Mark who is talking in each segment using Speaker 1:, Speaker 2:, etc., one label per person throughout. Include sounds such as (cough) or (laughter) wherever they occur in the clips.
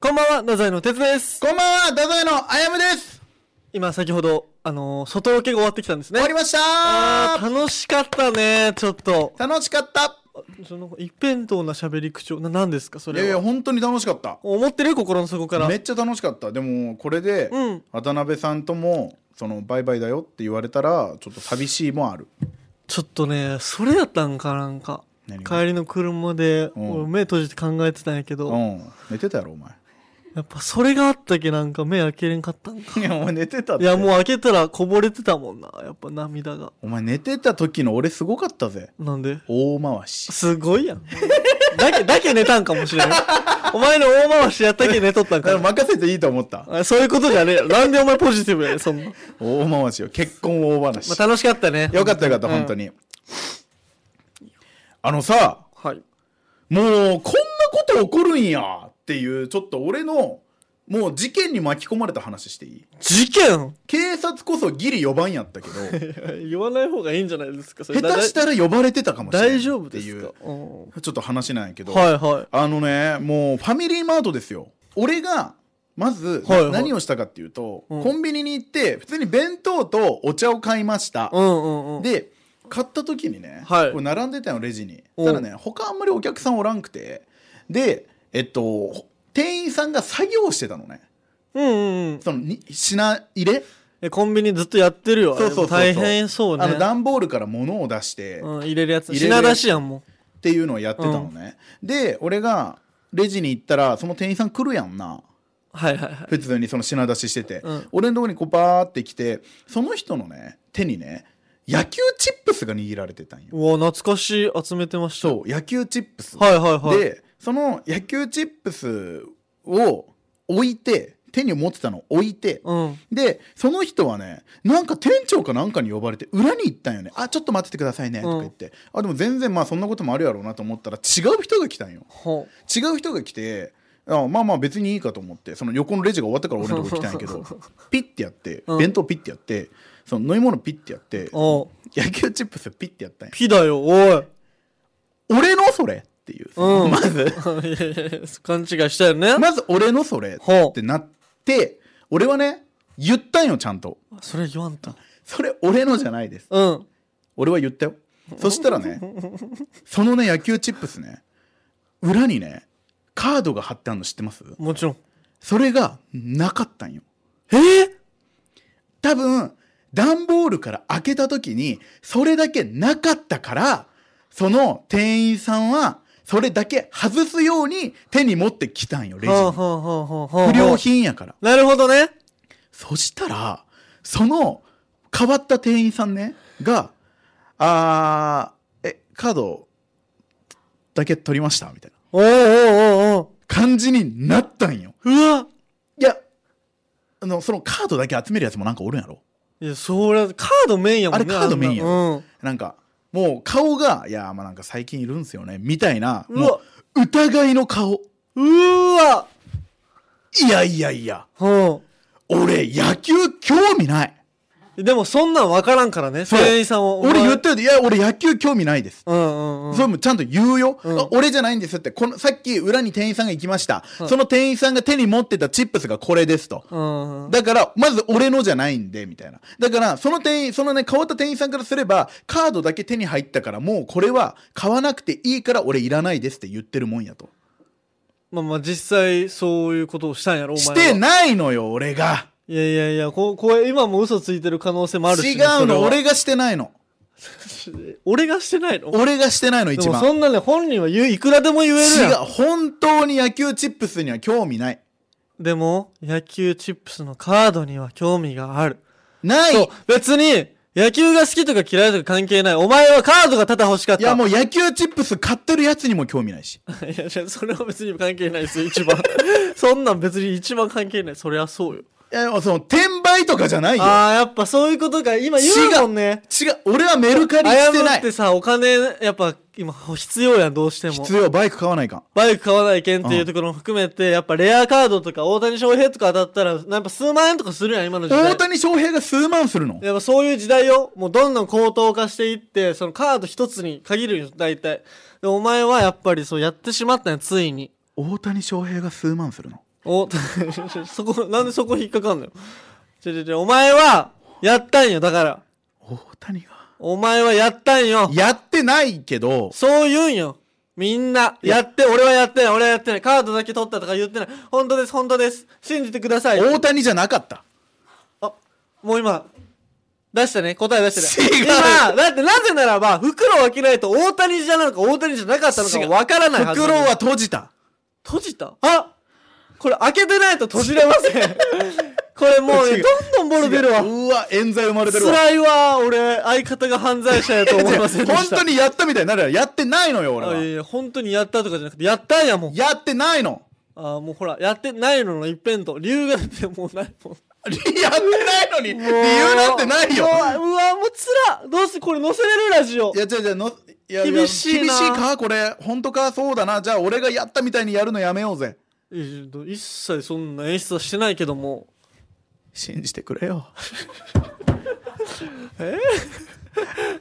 Speaker 1: こんばんは、太宰の哲です。
Speaker 2: こんばんは、太宰のあやむです。
Speaker 1: 今、先ほど、あのー外ロケが終わってきたんですね。
Speaker 2: 終わりました
Speaker 1: あー楽しかったね、ちょっと。
Speaker 2: 楽しかった。
Speaker 1: その、一辺倒な喋り口調、な、何ですか、そ
Speaker 2: い
Speaker 1: れ
Speaker 2: や
Speaker 1: は。
Speaker 2: いや、本当に楽しかった。
Speaker 1: 思ってる心の底から。
Speaker 2: めっちゃ楽しかった。でも、これで
Speaker 1: うん、
Speaker 2: 渡辺さんとも、その、バイバイだよって言われたら、ちょっと寂しいもある。
Speaker 1: ちょっとね、それやったんかなんか。
Speaker 2: 何が
Speaker 1: 帰りの車で、
Speaker 2: うん
Speaker 1: 俺目閉じて考えてたんやけど、
Speaker 2: うん。寝てたやろ、お前。
Speaker 1: やっぱそれがあったけなんか目開けれんかったんか。
Speaker 2: (laughs) いや、お前寝てたっ
Speaker 1: い
Speaker 2: て。
Speaker 1: や、もう開けたらこぼれてたもんな。やっぱ涙が。
Speaker 2: お前寝てた時の俺すごかったぜ。
Speaker 1: なんで
Speaker 2: 大回 (laughs) し。
Speaker 1: すごいやん。だけ、だけ寝たんかもしれんよ。お前の大回しやったけ寝とったん
Speaker 2: だか
Speaker 1: から
Speaker 2: 任せていいと思った。
Speaker 1: あそういうことじゃねえよ。 (laughs) なんでお前ポジティブやねんそんな。ま
Speaker 2: 大回しよ。結婚大話。
Speaker 1: あ、楽しかったね。
Speaker 2: よかったよかった、
Speaker 1: うん
Speaker 2: 本当に。あのさ、
Speaker 1: はい。
Speaker 2: もうこんなこと起こるんやっていうちょっと俺のもう事件に巻き込まれた話していい
Speaker 1: 事件
Speaker 2: 警察こそギリ4番やったけど
Speaker 1: (laughs) 言わない方がいいんじゃないですか。 (laughs) それ
Speaker 2: 下手したら呼ばれてたかもしれない
Speaker 1: 大丈夫です
Speaker 2: っ
Speaker 1: か
Speaker 2: て
Speaker 1: うん
Speaker 2: いうちょっと話なんやけど、
Speaker 1: はいはい。
Speaker 2: あのねもうファミリーマートですよ俺がまず、な
Speaker 1: はいはい
Speaker 2: 何をしたかっていうと、
Speaker 1: うん
Speaker 2: コンビニに行って普通に弁当とお茶を買いました、
Speaker 1: うんうんうん。
Speaker 2: で買った時にね、
Speaker 1: はい
Speaker 2: これ並んでたよレジに
Speaker 1: おう
Speaker 2: ただね他あんまりお客さんおらんくてでえっと店員さんが作業してたのね
Speaker 1: うんうんうん。
Speaker 2: そのに品入れ
Speaker 1: え、コンビニずっとやってるよ。
Speaker 2: そうそうそうそう
Speaker 1: あれも大変そうね。
Speaker 2: あの段ボールから物を出して
Speaker 1: うん、入れるやつ。
Speaker 2: 入れるや
Speaker 1: 品
Speaker 2: つ
Speaker 1: 出しやんも
Speaker 2: っていうのをやってたのね、で俺がレジに行ったらその店員さん来るやんな
Speaker 1: う。はいはいはい。
Speaker 2: 普通にその品出ししてて、
Speaker 1: うん
Speaker 2: 俺のとこにこうバーって来てその人のね手にね野球チップスが握られてたんよ
Speaker 1: うわ、懐かしい。集めてました。
Speaker 2: そう野球チップス
Speaker 1: はいはいはい。
Speaker 2: でその野球チップスを置いて手に持ってたのを置いて、
Speaker 1: うん。
Speaker 2: でその人はねなんか店長かなんかに呼ばれて裏に行ったんよね「あちょっと待っててくださいね」とか言って、あでも全然まあそんなこともあるやろうなと思ったら違う人が来たんよ
Speaker 1: ほ
Speaker 2: 違う人が来てあまあまあ別にいいかと思ってその横のレジが終わったから俺のとこ来たんやけどピッてやって、
Speaker 1: うん
Speaker 2: 弁当ピッてやってその飲み物ピッてやって
Speaker 1: う。おう
Speaker 2: 野球チップスピッてやったんや
Speaker 1: ピだよ、おい。
Speaker 2: 俺のそれっていう、
Speaker 1: うん
Speaker 2: ま
Speaker 1: (laughs)
Speaker 2: ず
Speaker 1: いやいやいや勘違いしたよ (laughs) ね。
Speaker 2: まず俺のそれ
Speaker 1: ほう
Speaker 2: ってなって、俺はね、言ったんよ、ちゃんと。
Speaker 1: それ言わんと。
Speaker 2: それ俺のじゃないです。
Speaker 1: うん。
Speaker 2: 俺は言ったよ。そしたらね、そのね、野球チップスね、裏にね、カードが貼ってあるの知ってます
Speaker 1: もちろん。
Speaker 2: それがなかったんよ。
Speaker 1: えー
Speaker 2: 多分、段ボールから開けた時に、それだけなかったから、その店員さんは、それだけ外すように手に持ってきたんよ、レジ
Speaker 1: はあは
Speaker 2: に。
Speaker 1: あはあはあはあ
Speaker 2: 不良。品やから。
Speaker 1: なるほどね。
Speaker 2: そしたら、その変わった店員さんね、が、あー、え、カードだけ取りましたみたいな
Speaker 1: おうおうおうおう。
Speaker 2: 感じになったんよ。
Speaker 1: うわ
Speaker 2: いや、あの、そのカードだけ集めるやつもなんかおるんやろ
Speaker 1: いや、そりゃ、カードメインやもんね。
Speaker 2: あれカードメインや
Speaker 1: あんなうん。
Speaker 2: なんか、もう顔が、いや、まあなんか最近いるんすよね、みたいな、
Speaker 1: う
Speaker 2: も
Speaker 1: わ
Speaker 2: う疑いの顔。
Speaker 1: うーわ
Speaker 2: いやいやいや、
Speaker 1: う
Speaker 2: 俺野球興味ない。
Speaker 1: ん。でも、そんなん分からんからね。
Speaker 2: そう
Speaker 1: 店員さんは。。
Speaker 2: 俺言ったたよ、いや、俺野球興味ないです。
Speaker 1: うんうんうん。
Speaker 2: それもちゃんと言うよ、
Speaker 1: うん
Speaker 2: あ俺じゃないんですってこのさっき裏に店員さんが行きました、その店員さんが手に持ってたチップスがこれですと、
Speaker 1: うんうん。
Speaker 2: だからまず俺のじゃないんでみたいなだからその店員そのね変わった店員さんからすればカードだけ手に入ったからもうこれは買わなくていいから俺いらないですって言ってるもんやと
Speaker 1: まあまあ、実際、そういうことをしたんやろ、お前
Speaker 2: し
Speaker 1: は。
Speaker 2: てないのよ俺が
Speaker 1: いやいやいや、こう、こう、今も嘘ついてる可能性もあるし
Speaker 2: 違
Speaker 1: ね、
Speaker 2: う
Speaker 1: それは
Speaker 2: の。俺がしてないの
Speaker 1: 俺がしてないの
Speaker 2: 俺がしてないの
Speaker 1: で
Speaker 2: 一
Speaker 1: も、
Speaker 2: 番
Speaker 1: そんなね、本人は言う、いくらでも言える
Speaker 2: 違う
Speaker 1: や
Speaker 2: 本当に野球チップスには興味ない
Speaker 1: ん。でも、野球チップスのカードには興味がある。
Speaker 2: ない
Speaker 1: そう、別に、野球が好きとか嫌いとか関係ない。お前はカードがただ欲しかった。
Speaker 2: いやも
Speaker 1: う。
Speaker 2: う
Speaker 1: (laughs)
Speaker 2: 野球チップス買ってるやつにも興味ないし
Speaker 1: いやいや、それは別に関係ないですよ、一番。 (laughs) そんなん別に一番関係ない。そりゃそうよ。
Speaker 2: いや、その、転売とかじゃないよ。
Speaker 1: ああ、やっぱそういうことか。今言うもんね。
Speaker 2: 違う、俺はメルカリ
Speaker 1: 謝
Speaker 2: してな
Speaker 1: っ
Speaker 2: い
Speaker 1: て。さ、お金、やっぱ今必要やん、どうしても
Speaker 2: 必。要、バイク買わないかん。
Speaker 1: バイク買わない件っていうところも含めて、やっぱレアカードとか大谷翔平とか当たったら、なんか数万円とかするやん、今の時代。
Speaker 2: 大谷翔平が数万するの。
Speaker 1: やっぱそういう時代よ。もうどんどん高騰化していって、そのカード一つに限るよ、大体。で、お前はやっぱりそうやってしまったんや、ついに。
Speaker 2: 大谷翔平が数万するの。
Speaker 1: お (laughs) そこなんでそこ引っかかんのよちょちょちょお前はやったんよだから
Speaker 2: 大谷が。
Speaker 1: お前はやったんよ
Speaker 2: やってないけど、
Speaker 1: そう言うんよみんな、やって、俺はやってない、俺はやってない、カードだけ取ったとか言ってない、本当です、本当です、信じてください。
Speaker 2: 大谷じゃなかった。
Speaker 1: あ、もう今、出したね、答え出したね。
Speaker 2: 違う
Speaker 1: 今、だってなぜならば、袋を開けないと大谷じゃなのか大谷じゃなかったのか
Speaker 2: 違う
Speaker 1: わからないはずなの
Speaker 2: 袋は閉じた。
Speaker 1: 閉じたあこれ開けてないと閉じれません。 (laughs) これもうね、
Speaker 2: 違う
Speaker 1: どんどんボロ出るわ。
Speaker 2: うわ、冤罪生まれてるわ。
Speaker 1: 辛いわ、俺、相方が犯罪者やと思いませんで
Speaker 2: (laughs) 本
Speaker 1: した。
Speaker 2: 当にやったみたいになるややってないのよ、俺
Speaker 1: あいや
Speaker 2: は。
Speaker 1: いや、本当にやったとかじゃなくて、やったんやもん。
Speaker 2: やってないの。
Speaker 1: あもうほら、やってないのの一辺と、理由が出てもうないもん。
Speaker 2: やってないのに、 (laughs) 理由なんてないよ
Speaker 1: う。わ、うわもうつらどうすこれ載せれるラジオ
Speaker 2: いや、じゃじゃの、いや、いや
Speaker 1: 厳しいな
Speaker 2: 厳しいかこれ、本当かそうだな。じゃあ、俺がやったみたいにやるのやめようぜ。
Speaker 1: いやいや一切そんな演出はしてないけども
Speaker 2: 信じてくれよ。 (laughs)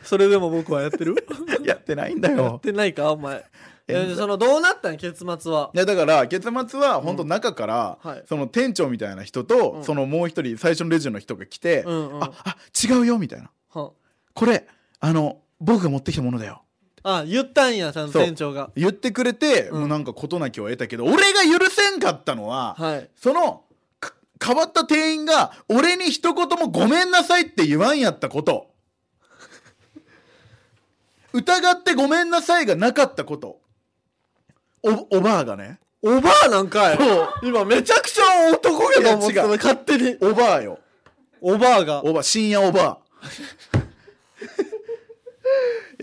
Speaker 1: それでも僕はや (laughs) ってる
Speaker 2: やってないんだ
Speaker 1: やっ
Speaker 2: よ。
Speaker 1: てないかお前
Speaker 2: え
Speaker 1: えそのどうなったん結末はい
Speaker 2: やだから月末は本当中から、
Speaker 1: うんはい
Speaker 2: その店長みたいな人と、
Speaker 1: ん
Speaker 2: そのもう一人最初のレジの人が来て「
Speaker 1: うんうん
Speaker 2: ああ違うよ」みたいな
Speaker 1: は
Speaker 2: 「これあの僕が持ってきたものだよ
Speaker 1: あ言ったんやちゃんと
Speaker 2: そう
Speaker 1: 店長が」
Speaker 2: 言ってくれて、
Speaker 1: うん
Speaker 2: もうなんか事なきを得たけど俺が許せんかったのは、
Speaker 1: はい
Speaker 2: そのか変わった店員が俺に一言も「ごめんなさい」って言わんやったこと疑って「ごめんなさい」がなかったことおおばあがね
Speaker 1: おばあなんかい
Speaker 2: そう
Speaker 1: 今めちゃくちゃ男気と思って
Speaker 2: いや
Speaker 1: た
Speaker 2: 違う
Speaker 1: 勝手に
Speaker 2: おばあよ
Speaker 1: おばあが
Speaker 2: おば深夜おば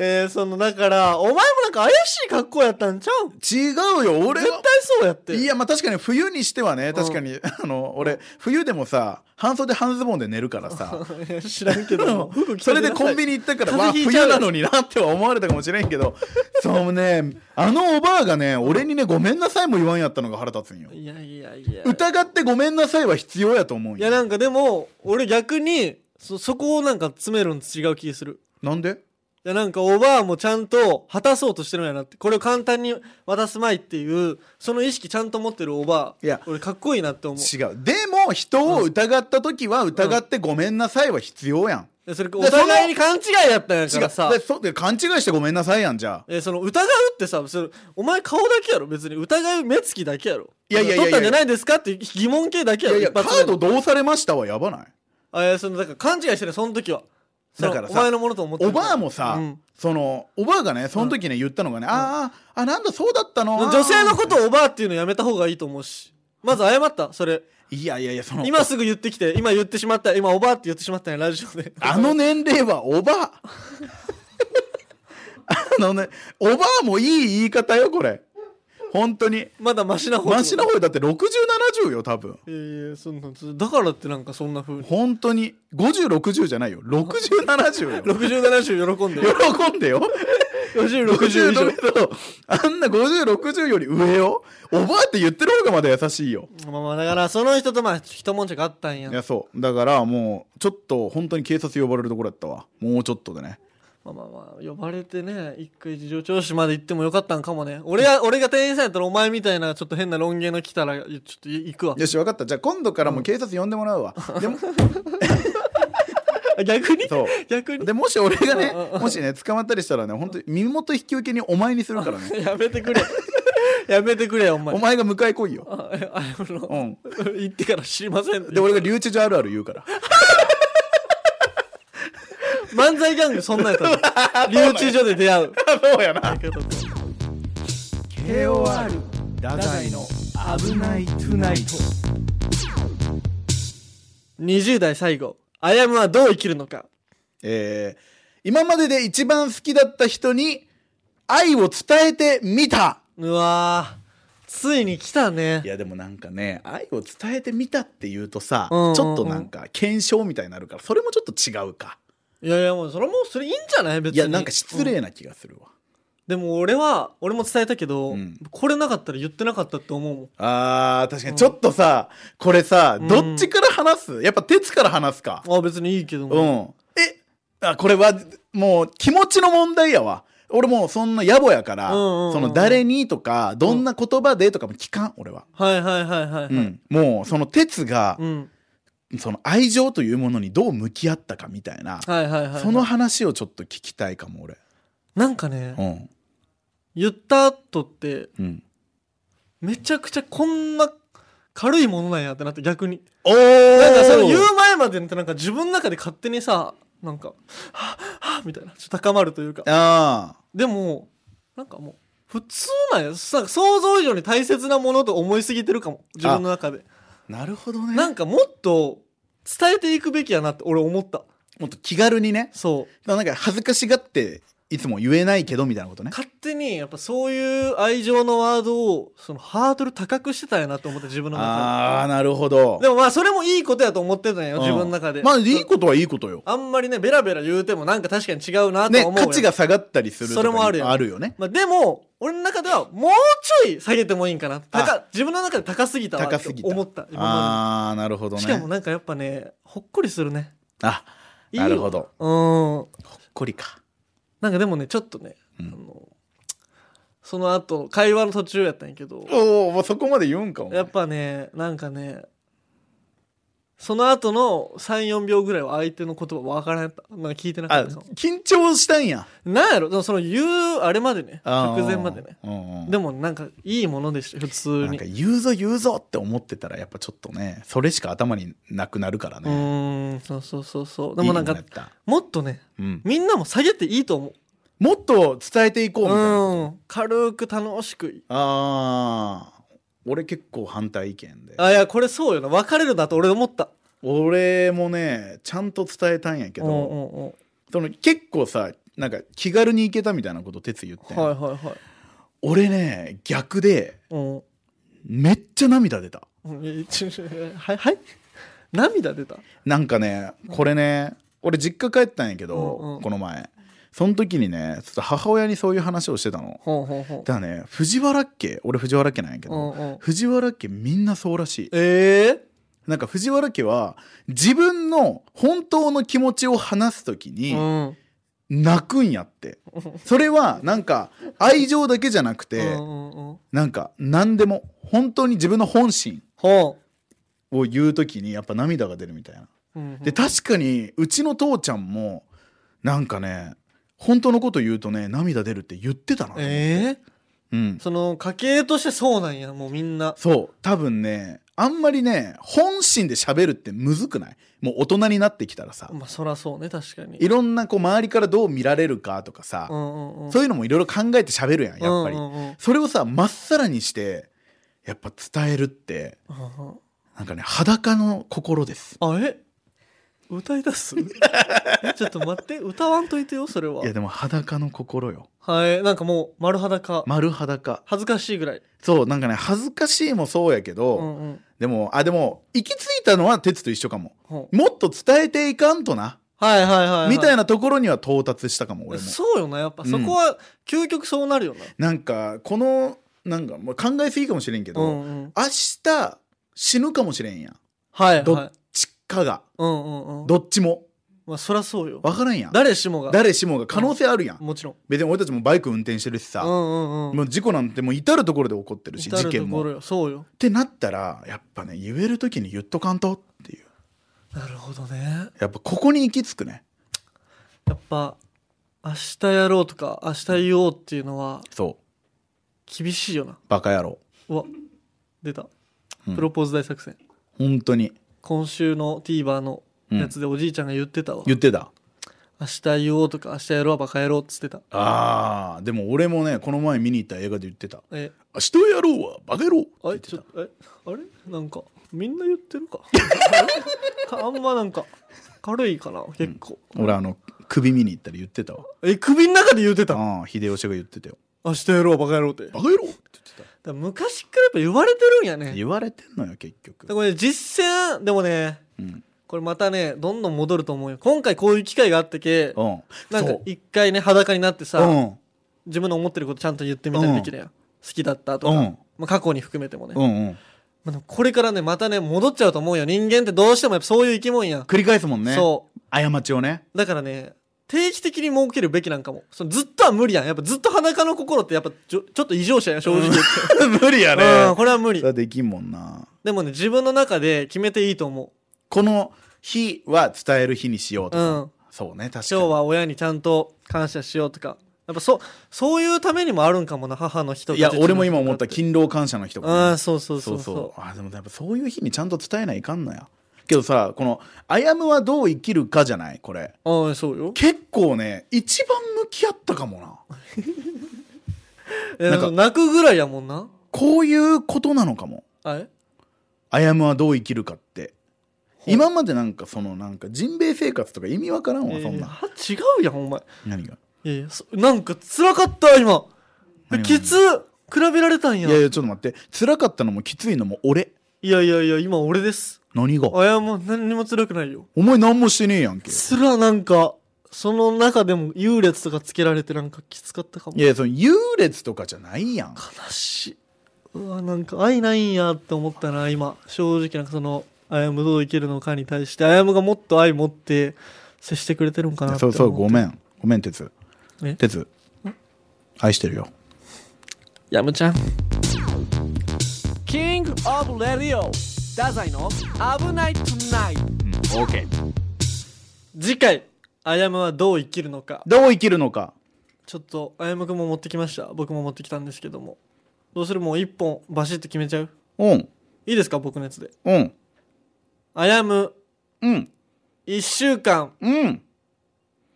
Speaker 1: えー、そのだからお前もなんか怪しい格好やったんちゃうん
Speaker 2: 違うよ俺
Speaker 1: 絶対
Speaker 2: は
Speaker 1: そうやって
Speaker 2: いやまあ確かに冬にしてはね確かに、あの俺冬でもさ半袖半ズボンで寝るからさ
Speaker 1: いや (laughs) 知らんけど (laughs) も服着て
Speaker 2: そ
Speaker 1: くだ
Speaker 2: れ
Speaker 1: さい
Speaker 2: でコンビニ行ったから
Speaker 1: 風
Speaker 2: わあ
Speaker 1: 邪ひいちゃ
Speaker 2: 冬
Speaker 1: うよ
Speaker 2: なのになっては思われたかもしれん
Speaker 1: (laughs)
Speaker 2: けどそうねあのおばあがね俺にねごめんなさいも言わんやったのが腹立つんよ
Speaker 1: いやいやいや
Speaker 2: 疑ってごめんなさいは必要やと思うん
Speaker 1: いや
Speaker 2: よ
Speaker 1: なんかでも俺逆にそそこをなんか詰めるのと違う気がする
Speaker 2: なんで
Speaker 1: いやなんかおばあもちゃんと果たそうとしてるんやなってこれを簡単に渡すまいっていうその意識ちゃんと持ってるおばあ
Speaker 2: いや
Speaker 1: 俺かっこいいなって思うい
Speaker 2: 違うでも人を疑った時は疑ってごめんなさいは必要やん
Speaker 1: やそれお互いに勘違いやったんや
Speaker 2: 違
Speaker 1: か
Speaker 2: う
Speaker 1: ら
Speaker 2: だ
Speaker 1: さ
Speaker 2: からそうで勘違いしてごめんなさいやんじゃあ
Speaker 1: えーその疑うってさそれお前顔だけやろ別に疑う目つきだけやろ
Speaker 2: いやいやいやいや
Speaker 1: 取ったんじゃないですかって疑問系だけや
Speaker 2: い
Speaker 1: ろ
Speaker 2: やいや
Speaker 1: 一
Speaker 2: カ
Speaker 1: 発目の
Speaker 2: ードどうされましたはやばない
Speaker 1: あいやそのだから勘違いしてるその時はその
Speaker 2: だからさ
Speaker 1: お前のものと思って
Speaker 2: お
Speaker 1: るから
Speaker 2: ばあもさ、
Speaker 1: うん
Speaker 2: そのおばあがねその時ね言ったのがね、あーあなんだそうだったの
Speaker 1: 女性のこととをおばあっていうのやめた方がいいと思うしまず謝ったそれ
Speaker 2: いやいやいやその
Speaker 1: 今すぐ言ってきて今言ってしまった今おばあって言ってしまったねラジオで
Speaker 2: あの年齢はおばああのねおばあもいい言い方よこれ本当に
Speaker 1: まだマシな方
Speaker 2: マシな方だって6070よ多分
Speaker 1: いやいやそんなだからってなんかそんな風に
Speaker 2: 本当に5060じゃないよ6070よ
Speaker 1: 6070喜んで
Speaker 2: 喜んでよ
Speaker 1: 4060
Speaker 2: 60
Speaker 1: 以上
Speaker 2: だけどあんな5060より上よおばあって言ってる方がまだ優しいよ
Speaker 1: まあまあだからその人とまあ一悶着あったんや
Speaker 2: いやそうだからもうちょっと本当に警察呼ばれるところだったわもうちょっとでね
Speaker 1: まあまあまあ呼ばれてね一回事情聴取まで行ってもよかったんかもね俺が俺が店員さんやったらお前みたいなちょっと変な論言の来たらちょっと行くわ
Speaker 2: よし分かったじゃあ今度からもう警察呼んでもらうわ、でも
Speaker 1: あ逆に
Speaker 2: そう
Speaker 1: 逆に (laughs)
Speaker 2: (laughs) でもし俺がね
Speaker 1: うんうんうん
Speaker 2: もしね捕まったりしたらね本当に身元引き受けにお前にするからね
Speaker 1: やめてくれやめてくれよお前
Speaker 2: お前が迎え来いよ、
Speaker 1: あああの
Speaker 2: うん、
Speaker 1: 行ってから知りませんって
Speaker 2: で俺が留置所あるある言うから
Speaker 1: 漫才ギャン (laughs) グそんなんやったの留置所で出会う
Speaker 2: そうやな KOR 太宰の「危ないトゥナイト」
Speaker 1: 20代最後あやむはどう生きるのか
Speaker 2: えー今までで一番好きだった人に愛を伝えてみた
Speaker 1: うわーついに来たね
Speaker 2: いやでもなんかね愛を伝えてみたっていうとさ、
Speaker 1: うんうんうん
Speaker 2: ちょっとなんか検証みたいになるからそれもちょっと違うか
Speaker 1: いやいやもうそれもうそれいいんじゃない別に
Speaker 2: いやなんか失
Speaker 1: うん
Speaker 2: 礼な気がするわ、
Speaker 1: でも俺は俺も伝えたけど、
Speaker 2: うん
Speaker 1: これなかったら言ってなかったって思うもん
Speaker 2: あー確かにちょっとさ、これさ
Speaker 1: うん
Speaker 2: どっちから話すやっぱ鉄から話すか
Speaker 1: あ別にいいけど
Speaker 2: うん、
Speaker 1: も、
Speaker 2: えあこれはもう気持ちの問題やわ俺もうそんな野暮やから、
Speaker 1: うんうんうん
Speaker 2: その誰にとか、どんな言葉でとかも聞かん、俺は。
Speaker 1: はいはいはいはいは
Speaker 2: う
Speaker 1: い
Speaker 2: ん。もう、その鉄が、
Speaker 1: うん
Speaker 2: その愛情というものにどう向き合ったかみたいな、
Speaker 1: はいはいはい
Speaker 2: その話をちょっと聞きたいかも、俺。
Speaker 1: なんかね
Speaker 2: うん。
Speaker 1: 言った後って
Speaker 2: うん。
Speaker 1: めちゃくちゃこんな軽いものなんやってなって逆に
Speaker 2: おー
Speaker 1: なんかその言う前までってなんか自分の中で勝手にさなんかはぁはぁみたいなちょっと高まるというか
Speaker 2: ああ。
Speaker 1: でもなんかもう普通なんやなんか想像以上に大切なものと思いすぎてるかも自分の中で
Speaker 2: なるほどね。
Speaker 1: なんかもっと伝えていくべきやなって俺思った
Speaker 2: もっと気軽にね。
Speaker 1: そう
Speaker 2: なんか恥ずかしがって、いつも言えないけどみたいなことね。
Speaker 1: 勝手にやっぱそういう愛情のワードをそのハードル高くしてたんやなと思って自分の
Speaker 2: ああ、
Speaker 1: 中
Speaker 2: なるほど
Speaker 1: で。でもまあそれもいいことやと思ってたんやよ、
Speaker 2: うん
Speaker 1: 自分の中で
Speaker 2: まあ、いいことはいいことよ。
Speaker 1: あんまりねベラベラ言うてもなんか確かに違うなと
Speaker 2: ね
Speaker 1: は、思うやん
Speaker 2: 価値が下がったりするとか
Speaker 1: それもあるよね
Speaker 2: あるよね。
Speaker 1: まあ、でも俺の中ではもうちょい下げてもいいんかな高自分の中で高すぎたわ
Speaker 2: 高
Speaker 1: っ
Speaker 2: す
Speaker 1: て
Speaker 2: ぎた
Speaker 1: 思った今ま
Speaker 2: ああ、なるほ
Speaker 1: で
Speaker 2: ど
Speaker 1: にし
Speaker 2: ね。
Speaker 1: かもなんかやっぱねほっこりするね
Speaker 2: あ、
Speaker 1: いいよ
Speaker 2: なるほど。
Speaker 1: うん
Speaker 2: こりか。
Speaker 1: なんかでもねちょっとね、
Speaker 2: うん
Speaker 1: あのその後会話の途中やったんやけど
Speaker 2: おお、もうそこまで言うんかも。
Speaker 1: やっぱねなんかねその後の34秒ぐらいは相手の言葉分からなかったなんか聞いてなか
Speaker 2: あ
Speaker 1: ったかも、
Speaker 2: 緊張したんや。
Speaker 1: なんやろでもその言うあれまでね
Speaker 2: あ
Speaker 1: 直
Speaker 2: ー
Speaker 1: 前までね。
Speaker 2: うんうん
Speaker 1: でもなんかいいものでしたよ普通
Speaker 2: なん
Speaker 1: に
Speaker 2: か言うぞ言うぞって思ってたらやっぱちょっとねそれしか頭になくなるから
Speaker 1: う
Speaker 2: ね
Speaker 1: ーんそうそうそうそうでもなんか
Speaker 2: いいもやった
Speaker 1: もっとね
Speaker 2: うん、
Speaker 1: みんなも下げていいと思う
Speaker 2: もっと伝えていこうみたいな、
Speaker 1: うん軽く楽しく
Speaker 2: あー俺結構反対意見で
Speaker 1: あいやこれそうよな別れるなと俺思った
Speaker 2: 俺もねちゃんと伝えたんやけど、
Speaker 1: うんうんうん
Speaker 2: その結構さなんか気軽に行けたみたいなこと哲言ってん、
Speaker 1: はいはいはい
Speaker 2: 俺ね逆で
Speaker 1: うん
Speaker 2: めっちゃ涙出た
Speaker 1: うんいやちょちょはいはい涙出た
Speaker 2: なんかねこれね、俺実家帰ったんやけど、
Speaker 1: うんうん
Speaker 2: この前その時にねちょっと母親にそういう話をしてたの
Speaker 1: ほんほんほん
Speaker 2: だからね藤原家俺藤原家なんやけ
Speaker 1: う
Speaker 2: ど、
Speaker 1: んうん
Speaker 2: 藤原家みんなそうらしい
Speaker 1: え
Speaker 2: なんか藤原家は自分の本当の気持ちを話す時
Speaker 1: え
Speaker 2: に、
Speaker 1: うん
Speaker 2: 泣くんやってそれはなんか愛情だけじゃなくて、
Speaker 1: うんうんうん
Speaker 2: なんか何でも本当に自分の本心
Speaker 1: ほ
Speaker 2: を言う時にやっぱ涙が出るみたいな、
Speaker 1: ううんうん
Speaker 2: で確かにうちの父ちゃんもなんかね本当のこと言うとね涙出るって言ってたな、
Speaker 1: ええ
Speaker 2: うん、
Speaker 1: その家系としてそうなんやもうみんな
Speaker 2: そう多分ねあんまりね本心で喋るってむずくないもう大人になってきたらさ、
Speaker 1: まあそらそうね確かに
Speaker 2: いろんなこう周りからどう見られるかとかさ、
Speaker 1: うんうんうん
Speaker 2: そういうのもいろいろ考えて喋るやんやっぱり、
Speaker 1: うんうんうん
Speaker 2: それをさまっさらにしてやっぱ伝えるって
Speaker 1: うんうん
Speaker 2: なんかね裸の心です
Speaker 1: あえ歌い出
Speaker 2: (laughs)
Speaker 1: すえちょっと待って歌わんといてよそれはい
Speaker 2: やでも裸の心よ
Speaker 1: はいなんかもう丸裸
Speaker 2: 丸裸
Speaker 1: 恥ずかしいぐらい
Speaker 2: そうなんかね恥ずかしいもそうやけ
Speaker 1: う
Speaker 2: ど、
Speaker 1: んうん
Speaker 2: でもあでも行き着いたのは鉄と一緒かも
Speaker 1: ほう
Speaker 2: もっと伝えていかんとな、
Speaker 1: はいはいはいは
Speaker 2: みたい
Speaker 1: な
Speaker 2: なところには到達したかも俺も
Speaker 1: そうよなやっぱ
Speaker 2: うん
Speaker 1: そこは究極そうなるよな
Speaker 2: なんかこのなんかもう考えすぎかもしれんけど、
Speaker 1: うんうん
Speaker 2: 明日死ぬかもしれんやん
Speaker 1: はい
Speaker 2: ど
Speaker 1: はい
Speaker 2: っちかが、
Speaker 1: うんうんうん
Speaker 2: どっちも
Speaker 1: まあそらそうよ
Speaker 2: 分からんやん
Speaker 1: 誰しもが
Speaker 2: 誰しもが可能性あるやん、
Speaker 1: もちろん
Speaker 2: 別に俺たちもバイク運転してるし
Speaker 1: う
Speaker 2: さ、
Speaker 1: んうんうん
Speaker 2: もう事故なんてもう至る所で起こってるし
Speaker 1: 至
Speaker 2: 事
Speaker 1: る
Speaker 2: 件も
Speaker 1: 所
Speaker 2: っ
Speaker 1: よそうよ
Speaker 2: てなったらやっぱね言える時に言っとかんとっていう
Speaker 1: なるほどね
Speaker 2: やっぱここに行き着くね
Speaker 1: やっぱ明日やろうとか明日言おうっていうのは
Speaker 2: そう
Speaker 1: 厳しいよな
Speaker 2: バカ野郎
Speaker 1: うわ出た
Speaker 2: うん
Speaker 1: プロポーズ大作戦、
Speaker 2: 本当に
Speaker 1: 今週の TVer のやつでおじいちゃんが言ってたわ、
Speaker 2: 言ってた
Speaker 1: 明日言おうとか明日やろうはバカ野郎っつってた
Speaker 2: あーでも俺もねこの前見に行った映画で言ってた
Speaker 1: え
Speaker 2: 「明日やろうはバカ野郎」って
Speaker 1: あ
Speaker 2: 言っ
Speaker 1: れ
Speaker 2: て
Speaker 1: ちょ
Speaker 2: た
Speaker 1: っとえあれなんかみんな言ってる
Speaker 2: (laughs)
Speaker 1: かあれあんまなんか軽いかな結構、
Speaker 2: 俺あの首見に行ったら言ってたわ
Speaker 1: え首の中で言ってた
Speaker 2: ああ秀吉が言ってたよ
Speaker 1: 明日やろうはバカ野郎ってだ
Speaker 2: 「バ
Speaker 1: か
Speaker 2: カ野郎」って言って
Speaker 1: ら昔からやっぱ言われてるんや
Speaker 2: た
Speaker 1: ね
Speaker 2: 言われてんのよ結局
Speaker 1: でこれ実践でもね
Speaker 2: うん
Speaker 1: これまたねどんどん戻ると思うよ今回こういう機会があってけ
Speaker 2: うん
Speaker 1: なん
Speaker 2: そ
Speaker 1: か
Speaker 2: う
Speaker 1: 一回ね裸になってさ、
Speaker 2: うん
Speaker 1: 自分の思ってることちゃんと言ってみたりできるやん、好きだったとか、
Speaker 2: うん
Speaker 1: まあ、過去に含めてもね、ま
Speaker 2: うんうん
Speaker 1: あ、でもこれからねまたね戻っちゃうと思うよ人間ってどうしてもやっぱそういう生き物やん、
Speaker 2: 繰り返すもんね
Speaker 1: そ (laughs)
Speaker 2: 過ちをね
Speaker 1: うだからね定期的に設けるべきなんかもそのずっとは無理やんやっぱずっと裸の心ってやっぱちょちょっと異常者やん正直言って、
Speaker 2: 無理やね
Speaker 1: うんこれは無理
Speaker 2: それはできんもんな
Speaker 1: でもね自分の中で決めていいと思
Speaker 2: この日は伝える日にしよう
Speaker 1: う
Speaker 2: と
Speaker 1: う
Speaker 2: か、
Speaker 1: ん
Speaker 2: そうね確か
Speaker 1: 今日
Speaker 2: に
Speaker 1: は親にちゃんと感謝しようとかやっぱそうそういうためにもあるんかもな母の人
Speaker 2: いや俺も今思った
Speaker 1: き
Speaker 2: 勤労感謝の人
Speaker 1: あ
Speaker 2: が、
Speaker 1: あそうそうそ
Speaker 2: そ
Speaker 1: ううそう
Speaker 2: そうあでもやっぱそういう日にちゃんと伝えないかんのやけどさこの「あやむはどう生きるか」じゃないこれ
Speaker 1: ああそうよ
Speaker 2: 結構ね一番向き合ったかもな
Speaker 1: え
Speaker 2: な
Speaker 1: なんん
Speaker 2: か
Speaker 1: か泣くぐらいやもんな
Speaker 2: こういうことなのかも
Speaker 1: あれ
Speaker 2: あやむはどう生きるかって
Speaker 1: ほう
Speaker 2: 今までなんかそのなんか人米生活とか意味わからんわそん
Speaker 1: いや
Speaker 2: な、
Speaker 1: 違うやんお前
Speaker 2: 何が
Speaker 1: いやいやそなんか辛かった今
Speaker 2: 何が
Speaker 1: ケツ比べられたん
Speaker 2: い
Speaker 1: や
Speaker 2: やいやちょっと待って辛かったのもきついのも俺
Speaker 1: いやいやいや今俺です
Speaker 2: 何が
Speaker 1: あいやもう何にも辛くないよ
Speaker 2: お前何もしてねえやんけ
Speaker 1: つらなんかその中でも優劣とかつけられてなんかきつかったかも
Speaker 2: いやその優劣とかじゃないやん
Speaker 1: 悲しいうわなんか愛ないんやって思ったな今正直なんかその「あやむどう生きるのか」に対してあやむがもっと愛持って接してくれてるんかなって
Speaker 2: そ
Speaker 1: 思っ
Speaker 2: う
Speaker 1: て
Speaker 2: そうごめんごめん鉄
Speaker 1: え
Speaker 2: 鉄愛してるよ
Speaker 1: やむちゃんキングオブレディオ太宰の危ないトゥナイト
Speaker 2: うん OK
Speaker 1: 次回あやむはどう生きるのか
Speaker 2: どう生きるのか
Speaker 1: ちょっとあやむくんも持ってきました僕も持ってきたんですけどもどうするもう一本バシッと決めちゃう
Speaker 2: うん
Speaker 1: いいですか僕のやつで
Speaker 2: うん
Speaker 1: あやむ
Speaker 2: うん
Speaker 1: 1週間
Speaker 2: うん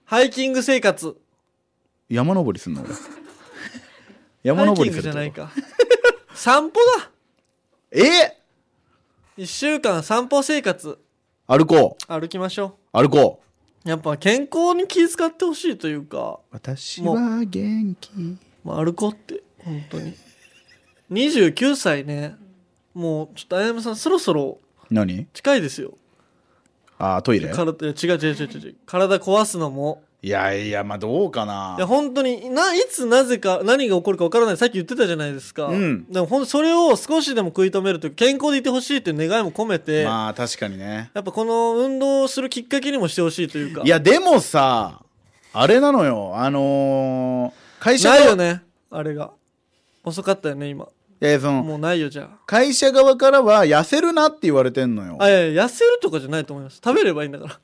Speaker 1: ハイキング生活
Speaker 2: 山登りすんの俺山登りす
Speaker 1: (laughs)
Speaker 2: る
Speaker 1: ハイキングじゃ
Speaker 2: ってこと
Speaker 1: ないか (laughs) 散歩だ
Speaker 2: え
Speaker 1: 1週間散歩生活
Speaker 2: 歩こう
Speaker 1: 歩きましょ
Speaker 2: 歩こう
Speaker 1: うやっぱ健康に気遣ってほしいというか、
Speaker 2: 私
Speaker 1: は
Speaker 2: 元気
Speaker 1: まあ、歩こうって本当に29歳ねもうちょっとあやむさんそろそろ
Speaker 2: 何
Speaker 1: 近いですよ
Speaker 2: あートイレ
Speaker 1: 体いや違う違う違う違う体壊すのも
Speaker 2: いやいやまあどうか
Speaker 1: いや
Speaker 2: な
Speaker 1: 本当にないつなぜか何が起こるかわからないさっき言ってたじゃないですか、
Speaker 2: うん
Speaker 1: でもほんそれを少しでも食い止めるという健康でいてほしいという願いも込めて、
Speaker 2: まあ確かにね
Speaker 1: やっぱこの運動をするきっかけにもしてほしいというか
Speaker 2: いやでもさあれなのよあのー会社
Speaker 1: ないよ
Speaker 2: 側
Speaker 1: ねあれが遅かったよね今
Speaker 2: いやその
Speaker 1: もうないよじゃ
Speaker 2: 会社側からは痩せるなって言われてんのよ
Speaker 1: ああいやいや痩せるとかじゃないと思います食べればいいんだから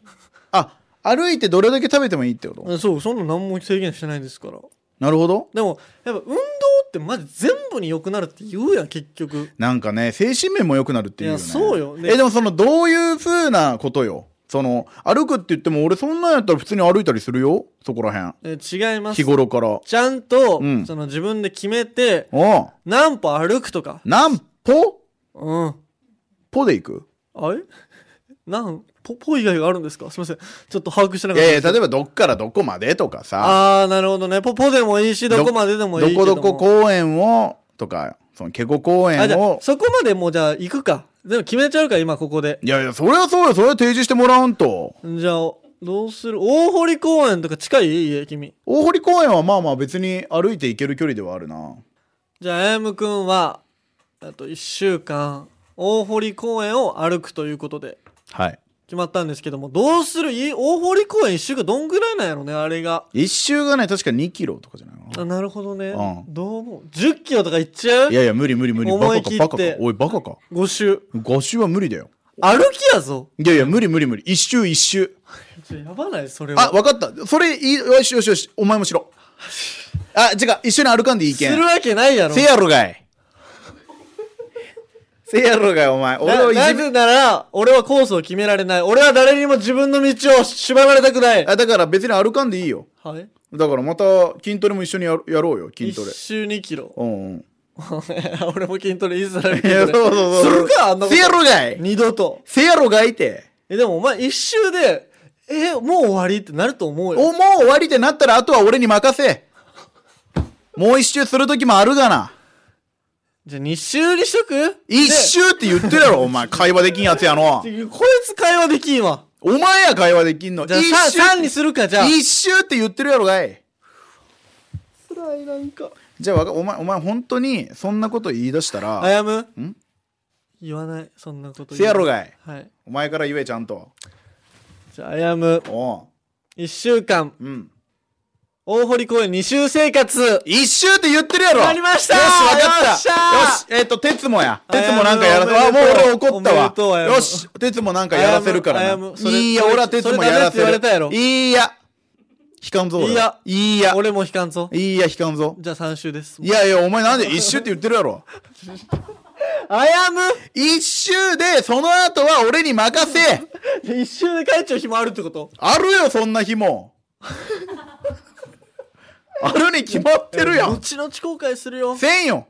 Speaker 2: あ歩いてどれだけ食べてもいいってこと、
Speaker 1: うんそうそんな何も制限してないですから
Speaker 2: なるほど
Speaker 1: でもやっぱ運動ってマジ全部に良くなるって言うやん結局
Speaker 2: なんかね精神面も良くなるっていうよね
Speaker 1: いやそうよで
Speaker 2: えでもそのどういうふうなことよその歩くって言っても俺そんなんやったら普通に歩いたりするよそこらへん
Speaker 1: え違います
Speaker 2: 日頃から
Speaker 1: ちゃんと、
Speaker 2: うん
Speaker 1: その自分で決めて
Speaker 2: うん
Speaker 1: 何歩歩くとか
Speaker 2: 何歩
Speaker 1: うん
Speaker 2: 歩で行く
Speaker 1: あれなんポポ以外があるんですかすみませんちょっと把握してないかった
Speaker 2: やいや例えばどっからどこまでとかさ
Speaker 1: ああなるほどねポポでもいいしどこまででもいい
Speaker 2: ど
Speaker 1: けど
Speaker 2: こ
Speaker 1: も
Speaker 2: どこ公園をとかそのケゴ公園
Speaker 1: あじゃあ
Speaker 2: を
Speaker 1: そこまでもうじゃあ行くかでも決めちゃうから今ここで
Speaker 2: いやいやそれはそうよそれは提示してもらわんと
Speaker 1: じゃあどうする大堀公園とか近い家君
Speaker 2: 大堀公園はまあまあ別に歩いて行ける距離ではあるな
Speaker 1: じゃああやむくんはあと1週間大堀公園を歩くということで
Speaker 2: はい
Speaker 1: 決まったんですけどもどうするい大堀公園1週間どんぐらいなんやろねあれが
Speaker 2: 一周がね確か2キロとかじゃないか
Speaker 1: あなるほどね、
Speaker 2: う
Speaker 1: どう思う1 0キロとか行っちゃう
Speaker 2: ないやいや無理無理無理
Speaker 1: 思
Speaker 2: バ
Speaker 1: い
Speaker 2: カ
Speaker 1: 切
Speaker 2: か
Speaker 1: って
Speaker 2: バカかおいバカか
Speaker 1: 5周
Speaker 2: 5周は無理だよ
Speaker 1: 歩きやぞ
Speaker 2: いやいや無理無理無理一周一周
Speaker 1: ちょやばないそれ
Speaker 2: あ
Speaker 1: は
Speaker 2: 分かったそれいいよしよしよしお前も
Speaker 1: (laughs)
Speaker 2: しろあ違う一緒に歩かんでいい
Speaker 1: す
Speaker 2: けん
Speaker 1: るわけないやろ
Speaker 2: せやろがいせやろがいお前俺をい
Speaker 1: な
Speaker 2: じ
Speaker 1: な
Speaker 2: め
Speaker 1: ぜなら俺はコースを決められない俺は誰にも自分の道を縛られたくない
Speaker 2: あだから別に歩かんでいいよ
Speaker 1: はい
Speaker 2: だからまた筋トレも一緒にやろやろうよ筋トレ
Speaker 1: 1周2キロ (laughs)
Speaker 2: うんうん
Speaker 1: 俺も筋トレいつだら
Speaker 2: いやそうそうそう
Speaker 1: するかあんなこ
Speaker 2: せや
Speaker 1: と
Speaker 2: ろがい
Speaker 1: 二度と
Speaker 2: せやろがいて
Speaker 1: えでもお前1周でえもう終わりってなると思うよ
Speaker 2: おもう終わりってなったらあとは俺に任せもう一周する時もあるがな
Speaker 1: じゃあ2周にしとく
Speaker 2: 一周って言ってるやろお前会話できんやつやの
Speaker 1: でこいつ会話できんわ
Speaker 2: お前や会話できんの
Speaker 1: じゃあ
Speaker 2: 一周
Speaker 1: 3, にするかじゃあ
Speaker 2: 一周って言ってるやろがい
Speaker 1: 辛いなんか
Speaker 2: じゃあわかお前お前本当にそんなこと言い出した
Speaker 1: あ
Speaker 2: ら
Speaker 1: やむ
Speaker 2: ん
Speaker 1: 言わないそんなこと言う
Speaker 2: せやろがい
Speaker 1: はい
Speaker 2: お前から言えちゃんと
Speaker 1: じゃああやむ
Speaker 2: おう
Speaker 1: 1週間、
Speaker 2: うん。
Speaker 1: 大堀公園2週生活
Speaker 2: 一周って言ってるやろ
Speaker 1: なりました
Speaker 2: よし、わかっ
Speaker 1: よ
Speaker 2: たよ
Speaker 1: っ
Speaker 2: し
Speaker 1: しゃ
Speaker 2: えっ、と、鉄もや。鉄もなんかやらせ、
Speaker 1: あ
Speaker 2: あ、
Speaker 1: やむ
Speaker 2: もう俺怒った
Speaker 1: おめでとうあ
Speaker 2: わ。
Speaker 1: やむ
Speaker 2: よし、鉄もなんかやらせるから
Speaker 1: あや
Speaker 2: な
Speaker 1: む。それ
Speaker 2: いいや、
Speaker 1: それ
Speaker 2: 俺は鉄もや
Speaker 1: それダメっ
Speaker 2: らせる。
Speaker 1: て言われたや
Speaker 2: いいや。悲観ぞ、俺
Speaker 1: いいや
Speaker 2: いいや。
Speaker 1: 俺も引かんぞ
Speaker 2: いいや、悲観ぞ。
Speaker 1: じゃあ3週です
Speaker 2: いやいや、お前なんで一周って言ってるやろ。
Speaker 1: あやむ
Speaker 2: 一周で、その後は俺に任
Speaker 1: (laughs)
Speaker 2: せ。
Speaker 1: 一週で帰っちゃう日もあるってこと
Speaker 2: あるよ、そんな日も。あるに決まってるやん。
Speaker 1: 後々後悔するよ
Speaker 2: せんよ。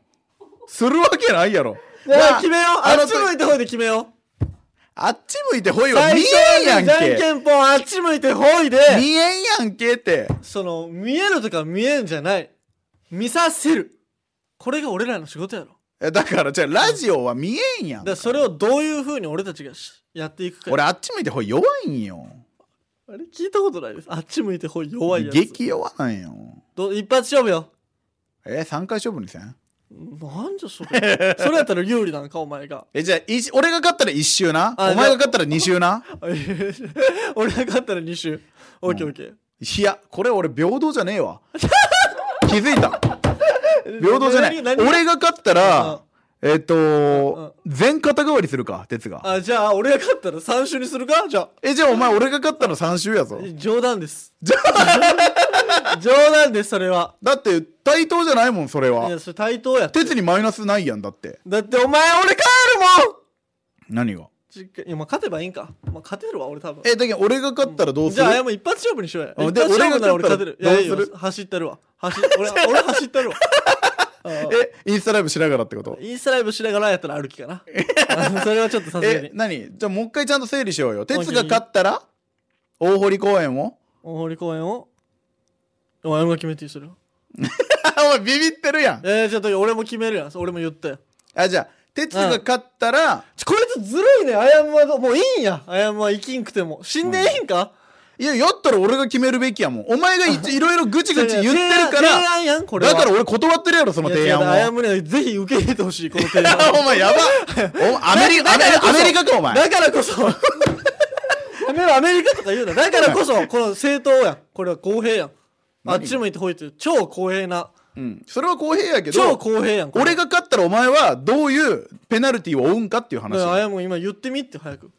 Speaker 2: するわけないやろ。
Speaker 1: じゃあ
Speaker 2: な
Speaker 1: 決めよう
Speaker 2: あの
Speaker 1: あっち向いてほいで決めよ
Speaker 2: あっち向いてほいうは見
Speaker 1: 最
Speaker 2: えんや
Speaker 1: 初
Speaker 2: ん
Speaker 1: に
Speaker 2: け
Speaker 1: じゃん。けんぽんあっち向いてほいで
Speaker 2: 見えんやんけって。
Speaker 1: その見えるとか見えんじゃない見させるこれが俺らの仕事やろ
Speaker 2: えだから、じゃあラジオは見えんや
Speaker 1: だ
Speaker 2: ん
Speaker 1: か。らそれをどういうふうに俺たちがしやっていくか
Speaker 2: 俺、あっち向いてほい弱いんよ。
Speaker 1: あれ聞いたことないですあっち向いてほい弱いやつ
Speaker 2: 激弱なんよ。
Speaker 1: ど一発勝負よ
Speaker 2: え、3回勝負にせん
Speaker 1: なんじゃそ
Speaker 2: (laughs)
Speaker 1: れそれやったら有利なんかお前が (laughs)
Speaker 2: え、じゃあ、いち俺が勝ったら1周な。お
Speaker 1: あ
Speaker 2: 前が勝ったら2周な。
Speaker 1: 俺が勝ったら2周オッケーオッケー
Speaker 2: いや、これ俺平等じゃね
Speaker 1: (laughs)
Speaker 2: えわ。気づいた。平等じゃない。
Speaker 1: 何何
Speaker 2: 俺が勝ったら、えっ、と、全肩代わりするか、哲が。
Speaker 1: あじゃあ俺が勝ったら3周にするかじゃあ
Speaker 2: え、じゃあお前俺が勝ったら3周やぞ。
Speaker 1: (laughs) 冗談です冗談ですそれは
Speaker 2: だって、対等じゃないもん、それ
Speaker 1: い
Speaker 2: は
Speaker 1: や。それ対等やって
Speaker 2: 哲にマイナスないやん、だって。
Speaker 1: だってお前俺帰るもん
Speaker 2: 何が
Speaker 1: 実家いやまあ勝てばいいんか、まあ、勝てるわ俺多分
Speaker 2: え、だけど俺が勝ったらどうす
Speaker 1: じ
Speaker 2: る
Speaker 1: ゃああやむ一発勝負にしようや
Speaker 2: あ
Speaker 1: 一
Speaker 2: で
Speaker 1: 発勝負なら俺
Speaker 2: 俺が勝ったら
Speaker 1: 勝てるいやいや
Speaker 2: どうする
Speaker 1: 走ってるわ走 (laughs) 俺俺走ってるわああ
Speaker 2: え、インスタライブしながらってこと
Speaker 1: インスタライブしながらやったら歩きかな (laughs) あそれはちょっとさすが
Speaker 2: え
Speaker 1: に、
Speaker 2: 何じゃあもう一回ちゃんと整理しようよ。
Speaker 1: 当に
Speaker 2: 哲が勝ったら、大堀公園を
Speaker 1: 大堀公園をお前が決めていいそれは
Speaker 2: お前ビビってるやん。
Speaker 1: えー、ちょっと俺も決めるやん俺も言ったよ
Speaker 2: あ、じゃあ、哲が勝ったら、
Speaker 1: ちょこいつずるいねあやむはどもうい (laughs) いんやあやむは生きんくても死んでいいんか、
Speaker 2: いや、やったら俺が決めるべきやもん。お前がいいろいろぐちぐち言ってるか
Speaker 1: 提案提
Speaker 2: ら、
Speaker 1: 案やんこれは
Speaker 2: だから俺断ってるやろ、その提案を。
Speaker 1: いや違うあやむにはぜひ受け入れてほしいこの提案
Speaker 2: お前やばお (laughs) 前アメリカ、ア
Speaker 1: だか
Speaker 2: メ
Speaker 1: らこそ
Speaker 2: アメリカか、お前。
Speaker 1: だからこそやめろアメリカとか言うなだからこそこの正当やんこれは公平やんあ
Speaker 2: 何
Speaker 1: っち向いてほいっていう超公平な
Speaker 2: うん。それは公平やけ
Speaker 1: 超
Speaker 2: ど、
Speaker 1: 公平やんこれ
Speaker 2: 俺が勝ったらお前はどういうペナルティを負うんかっていう
Speaker 1: だからあ
Speaker 2: 話。
Speaker 1: やむ今言ってみって早く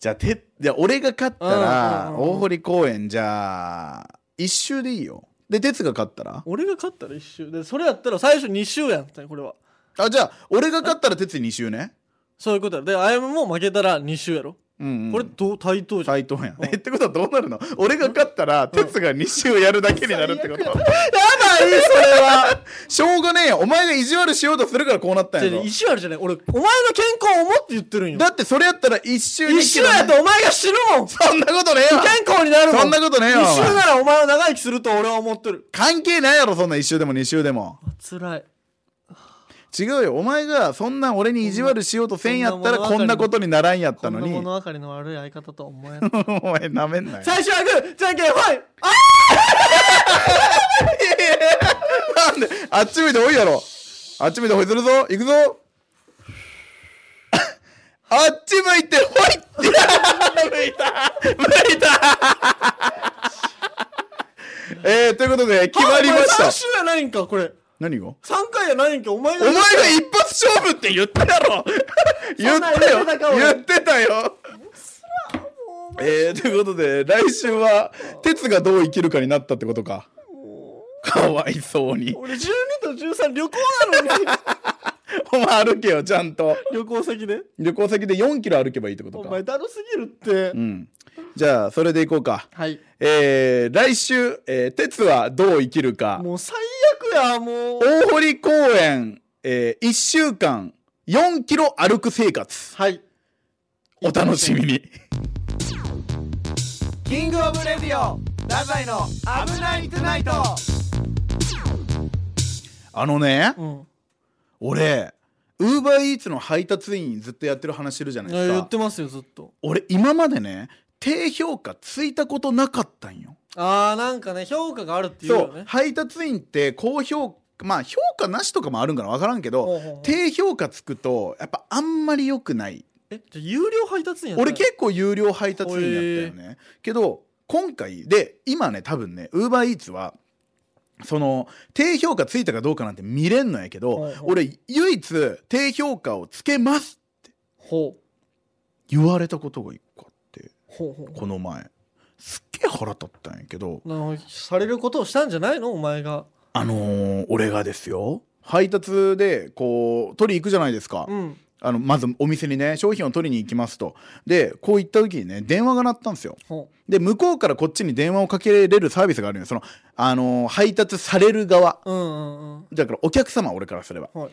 Speaker 2: じゃあ、て、じゃあ俺が勝った
Speaker 1: う
Speaker 2: ら、
Speaker 1: んうんうんうん
Speaker 2: 大堀公園、じゃあ、一周でいいよ。で、哲が勝ったら
Speaker 1: 俺が勝ったら1周でそれやったら最初2周やんってこれは
Speaker 2: あ、じゃあ、俺が勝ったら哲二周ね。
Speaker 1: そういうことやであやむも負けたら2周やろ
Speaker 2: うん、うん。
Speaker 1: これどう対等じゃん
Speaker 2: 対等やん。え、ってことはどうなるの俺が勝ったら、哲が2周やるだけになるってこと。やばい、それは。しょうがねえよ。お前が意地悪しようとするからこうなったんや
Speaker 1: じゃ
Speaker 2: ろ。
Speaker 1: 意地悪じゃない俺お前の健康を思って言ってるんよ
Speaker 2: だってそれやったら一周
Speaker 1: 一周や
Speaker 2: と。
Speaker 1: とお前が死ぬもん不
Speaker 2: そんなことねえわ。
Speaker 1: 健康になるもん
Speaker 2: そんなことねえよ
Speaker 1: 一
Speaker 2: お前
Speaker 1: 周ならお前は長生きすると俺は思ってる
Speaker 2: 関係ないやろ、そんな一周でも二周でも。
Speaker 1: 辛い
Speaker 2: 違うよ。お前がそんな俺に意地悪しようとせんやったら
Speaker 1: そんな
Speaker 2: こんなことにならんやっ
Speaker 1: こ
Speaker 2: た
Speaker 1: ん
Speaker 2: の
Speaker 1: な
Speaker 2: に。お
Speaker 1: 物
Speaker 2: 前
Speaker 1: 分かりの悪い相方とは思えない
Speaker 2: (laughs) なめんなよ。
Speaker 1: 最初はグーじゃんけんファイあ
Speaker 2: なんで、あっち向いてほいやろ。あっち向いてほいするぞ。行くぞ。 (laughs) あっち向いてほ
Speaker 1: (laughs)
Speaker 2: いって。向いた。向いた。 (laughs) えー、ということで、決まりま
Speaker 1: お前
Speaker 2: した
Speaker 1: 3。周やないんかこれ
Speaker 2: 何が
Speaker 1: 3回やないんかお前
Speaker 2: お
Speaker 1: が
Speaker 2: 前が一発勝負って言ったやろ言
Speaker 1: (laughs) そん
Speaker 2: っ
Speaker 1: な
Speaker 2: た
Speaker 1: 言っ
Speaker 2: よ
Speaker 1: てたか俺
Speaker 2: 言ってたよ
Speaker 1: も
Speaker 2: えー、ということで、来週は、鉄がどう生きるかになったってことか。かわいそうに。
Speaker 1: 俺12と13旅行な
Speaker 2: (laughs)
Speaker 1: のに
Speaker 2: お前歩けよ、ちゃんと。
Speaker 1: 旅行先で
Speaker 2: 旅行先で4キロ歩けばいいってこと
Speaker 1: お
Speaker 2: か。
Speaker 1: 前だるすぎるって
Speaker 2: うん。じゃあ、それでいこうか。
Speaker 1: はい
Speaker 2: えー、来週、えー、鉄はどう生きるか。
Speaker 1: もう最悪やもう
Speaker 2: 大堀公園、えー、1週間、4キロ歩く生活。
Speaker 1: はい
Speaker 2: お楽しみに。
Speaker 3: キングオブレディオダザイの危ないトゥナイト
Speaker 2: あのね、
Speaker 1: うん
Speaker 2: 俺、ウーバーイーツの配達員ずっとやってる話してるじゃない
Speaker 1: い
Speaker 2: で
Speaker 1: や
Speaker 2: す
Speaker 1: 言
Speaker 2: か
Speaker 1: っ。てますよずっと
Speaker 2: 俺、今までね、低評価ついたことなかったんよ。
Speaker 1: あーなんかね評価があるっていう
Speaker 2: そ
Speaker 1: よ
Speaker 2: う
Speaker 1: ね
Speaker 2: 配達員って高評価まあ評価なしとかもあるんかな分からんけど
Speaker 1: ほうほうほう
Speaker 2: 低評価つくとやっぱあんまり良くない
Speaker 1: えじゃあ有料配達員やった
Speaker 2: 俺結構有料配達員やったよねけど今回で今ね多分ねウーバーイーツはその低評価ついたかどうかなんて見れんのやけど、
Speaker 1: はいはい
Speaker 2: 俺唯一低評価をつけます
Speaker 1: ほう
Speaker 2: 言われたことが一個あって
Speaker 1: ほうほう
Speaker 2: この前すっげえ腹立ったんやけど
Speaker 1: なんかされることをしたんじゃないのお前が
Speaker 2: あのー俺がですよ配達でこう取り行くじゃないですか、
Speaker 1: うん
Speaker 2: あのまずお店にね商品を取りに行きますとでこう行った時にね電話が鳴ったんですよ
Speaker 1: ほ
Speaker 2: で向こうからこっちに電話をかけれるサービスがあるのよその、あのー配達される側
Speaker 1: ううんうんうん
Speaker 2: だからお客様俺からすれば
Speaker 1: はい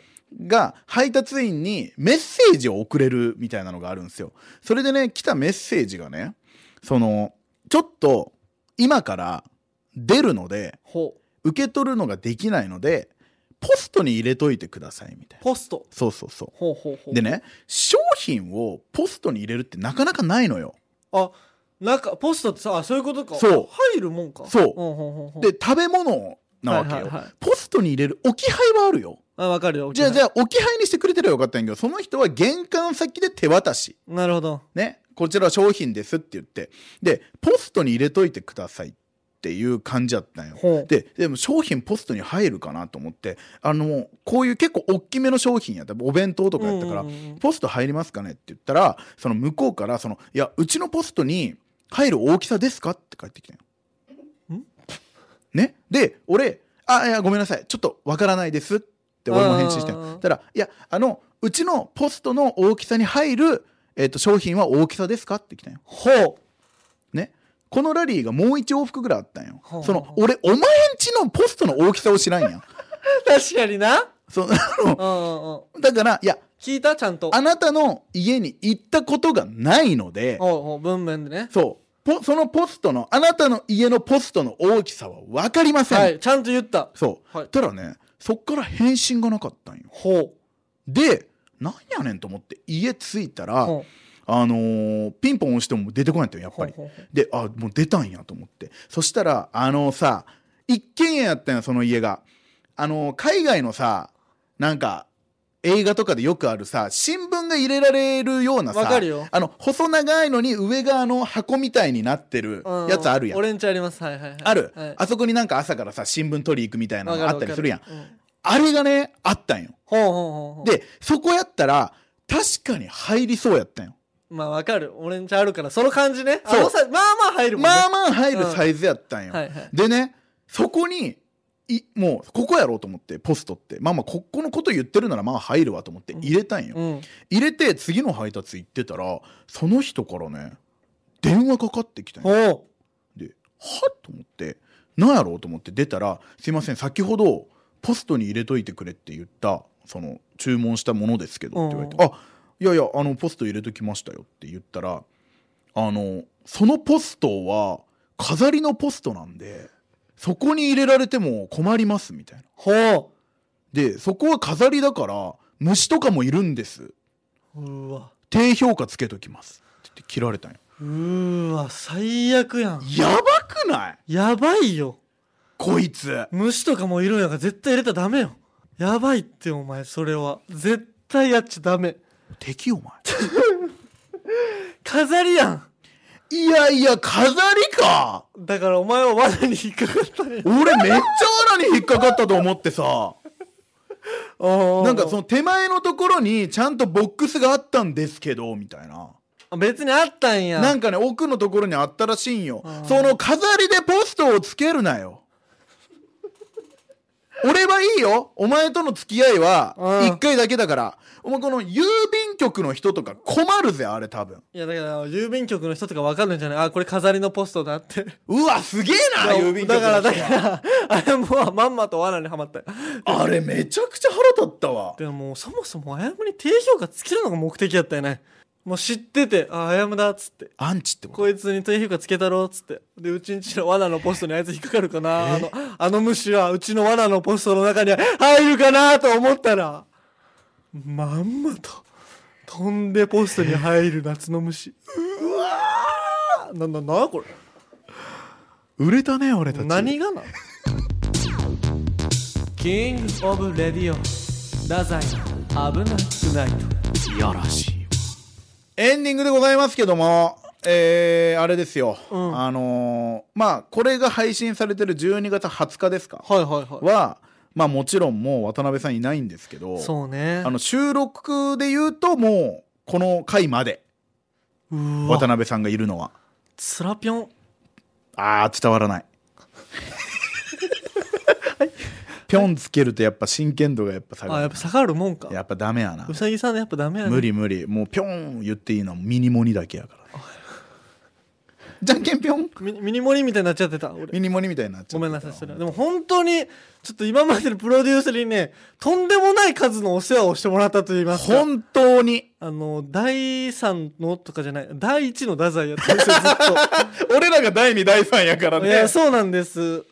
Speaker 2: が配達員にメッセージを送れるみたいなのがあるんですよそれでね来たメッセージがねそのちょっと今から出るので
Speaker 1: ほう
Speaker 2: 受け取るのができないのでポストに入れといてくださいみたいな
Speaker 1: ポスト
Speaker 2: そうそうそ
Speaker 1: ほうほうほ
Speaker 2: う
Speaker 1: う
Speaker 2: でね商品をポストに入れるってなかなかないのよ
Speaker 1: あなんかポストってさあそういうことか
Speaker 2: そう
Speaker 1: 入るもんか
Speaker 2: そう
Speaker 1: ほうほうほうほう
Speaker 2: で食べ物なわけよ、
Speaker 1: はいはいはい
Speaker 2: ポストに入れる置き配はあるよ
Speaker 1: あわかるよ
Speaker 2: じゃあじ
Speaker 1: ゃ
Speaker 2: ゃあ置き配にしてくれてればよかったんやけどその人は玄関先で手渡し
Speaker 1: なるほど
Speaker 2: ね、こちら商品ですって言って、で、ポストに入れといてくださいっていう感じだったんよ。
Speaker 1: ほう
Speaker 2: で、でも商品ポストに入るかなと思って、あの、こういう結構大きめの商品やった、お弁当とかやったから、
Speaker 1: うんうんうん
Speaker 2: ポスト入りますかねって言ったら、その向こうから、その、いや、うちのポストに入る大きさですかって返ってきたんよ
Speaker 1: ん。
Speaker 2: ね。で、俺、あ、いや、ごめんなさい。ちょっとわからないですって俺も返信して
Speaker 1: あー
Speaker 2: たら、いや、あの、うちのポストの大きさに入る、えっ、と、商品は大きさですかって来たんよ。
Speaker 1: ほう
Speaker 2: ね。このラリーがもう一往復ぐらいあったんよ
Speaker 1: ほう。
Speaker 2: その、俺、お前んちのポストの大きさを知らんやん。
Speaker 1: 確かにな
Speaker 2: その、あ
Speaker 1: う
Speaker 2: の
Speaker 1: んうんうん
Speaker 2: だから、いや、
Speaker 1: 聞いたちゃんと
Speaker 2: あなたの家に行ったことがないので、
Speaker 1: ほうほう文面でね
Speaker 2: そう、ポそのポストの、あなたの家のポストの大きさは分かりません。
Speaker 1: はいちゃんと言った
Speaker 2: そう。
Speaker 1: はい
Speaker 2: たらね、そっから返信がなかったんよ。
Speaker 1: ほう
Speaker 2: で、なんやねんと思って家着いたら、
Speaker 1: ほう
Speaker 2: あのーピンポン押しても出てこないんだよやっ
Speaker 1: ほ
Speaker 2: ぱ
Speaker 1: う
Speaker 2: り。
Speaker 1: ほうほう
Speaker 2: であもう出たんやと思ってそしたらあのさ一軒家やったんやその家が。あのー海外のさなんか映画とかでよくあるさ新聞が入れられるような
Speaker 1: わ
Speaker 2: さ
Speaker 1: かるよ
Speaker 2: あの細長いのに上があの箱みたいになってる
Speaker 1: うん
Speaker 2: やつあるやん。
Speaker 1: 俺んちありますはいはいはい
Speaker 2: ある、
Speaker 1: はい
Speaker 2: あそこになんか朝からさ新聞取り行くみたいな
Speaker 1: わ
Speaker 2: の
Speaker 1: か
Speaker 2: あったりするやん
Speaker 1: わかう
Speaker 2: あれがねあったんよ
Speaker 1: ほうほうほうほう
Speaker 2: でそこやったら確かに入りそうやったんよ
Speaker 1: まあわかる俺んちあるからその感じねあ
Speaker 2: そう
Speaker 1: のさまあまあ入るもんね
Speaker 2: まあまあ入るサイズやったんよ、
Speaker 1: はいはい
Speaker 2: でねそこにいもうここやろうと思ってポストってまあまあここのこと言ってるならまあ入るわと思って入れたんよ、
Speaker 1: うん
Speaker 2: 入れて次の配達行ってたらその人からね電話かかってきたんよ
Speaker 1: ほう
Speaker 2: ではっと思って何やろうと思って出たら「すいません先ほどポストに入れといてくれって言ったその注文したものですけど」って言われて「あいやいやあのポスト入れときましたよ」って言ったらあのそのポストは飾りのポストなんでそこに入れられても困りますみたいな。
Speaker 1: ほう
Speaker 2: でそこは飾りだから虫とかもいるんです
Speaker 1: うわ
Speaker 2: 低評価つけときますって言って切られたんよ。
Speaker 1: うーわ最悪やん
Speaker 2: やばくない
Speaker 1: やばいよ
Speaker 2: こいつ
Speaker 1: 虫とかもいるんやから絶対入れたらダメよやばいってお前それは絶対やっちゃダメ
Speaker 2: 敵お前。
Speaker 1: 飾りやん
Speaker 2: いやいや、飾りか
Speaker 1: だからお前は罠に引っかかったね
Speaker 2: 俺めっちゃ罠に引っかかったと思ってさ。な
Speaker 1: なん
Speaker 2: かその手前のところにちゃんとボックスがあったんですけど、みたいな。
Speaker 1: の別にあったんや
Speaker 2: なんかね、奥のところにあったらしいんよ
Speaker 1: あ。ー
Speaker 2: その飾りでポストをつけるなよ。俺はいいよ。お前との付き合いは
Speaker 1: うん
Speaker 2: 一回だけだから。お前この郵便局の人とか困るぜ、あれ多分。
Speaker 1: いやだから郵便局の人とか分かるんじゃないあこれ飾りのポストだ
Speaker 2: (laughs)
Speaker 1: って
Speaker 2: うわ、すげえな、郵便局の
Speaker 1: だ
Speaker 2: 人
Speaker 1: から
Speaker 2: は
Speaker 1: だからあれもうまんまと罠にはま
Speaker 2: (laughs)
Speaker 1: ったよ
Speaker 2: あれめちゃくちゃ腹立ったわ。
Speaker 1: でももうそもそもあやむに低評価つけるのが目的やったよねもう知っててああやむだっつって
Speaker 2: アンチってこと
Speaker 1: こいつに低評価つけたろっつってでうちんちの罠のポストにあいつ引っかかるかなあのあの虫はうちの罠のポストの中に入るかなと思ったらまんまと飛んでポストに入る夏の虫うわーなななこれ
Speaker 2: 売れたね俺たち
Speaker 1: 何がなキングオブレディオ太宰の危なくないと
Speaker 2: いやらしいわエンディングでございますけどもえー、あれですよ、
Speaker 1: うん
Speaker 2: あのーまあこれが配信されてる12月20日ですか
Speaker 1: はいはいは
Speaker 2: はまあもちろんもう渡辺さんいないんですけど
Speaker 1: いそうね
Speaker 2: あの収録で言うともうこの回まで
Speaker 1: うーわ
Speaker 2: 渡辺さんがいるのは
Speaker 1: つらぴょん
Speaker 2: あー伝わ
Speaker 1: (laughs)
Speaker 2: らないぴょんつけるとやっぱ真剣度がやっぱ下
Speaker 1: あや
Speaker 2: が
Speaker 1: っ
Speaker 2: る
Speaker 1: ぱ下がるもんか
Speaker 2: やっぱダメやな
Speaker 1: うさぎさんやっぱダメやね
Speaker 2: 無理無理もうぴょん言っていいのはミニモニだけやから、じゃんけんぴょん
Speaker 1: ミミニモニみたいになっちゃってた俺
Speaker 2: ミニモニみたいになっちゃ
Speaker 1: ご
Speaker 2: う
Speaker 1: めんなさいそれはでも本当にちょっと今までのプロデュースにねとんでもない数のお世話をしてもらったと言いますか
Speaker 2: 本当に
Speaker 1: あの第3のとかじゃない第1の太宰やったんですよずっ
Speaker 2: 俺らが第2第3やから
Speaker 1: と
Speaker 2: (laughs) ね
Speaker 1: い
Speaker 2: い
Speaker 1: や
Speaker 2: や
Speaker 1: そうなんです